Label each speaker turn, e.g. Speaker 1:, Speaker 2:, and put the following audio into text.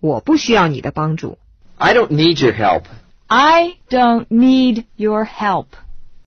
Speaker 1: 我不需要你的帮助。
Speaker 2: I don't need your help.
Speaker 3: I don't need your help.